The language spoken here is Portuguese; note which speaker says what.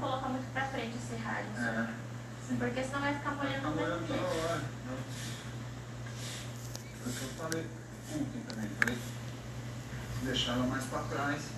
Speaker 1: colocar muito pra frente esse rádio, sabe?
Speaker 2: É. Sim.
Speaker 1: Porque senão vai ficar molhando ao
Speaker 2: Agora
Speaker 1: mesmo
Speaker 2: eu tô
Speaker 1: tempo.
Speaker 2: lá. Eu falei ontem também, falei, deixar ela mais pra trás.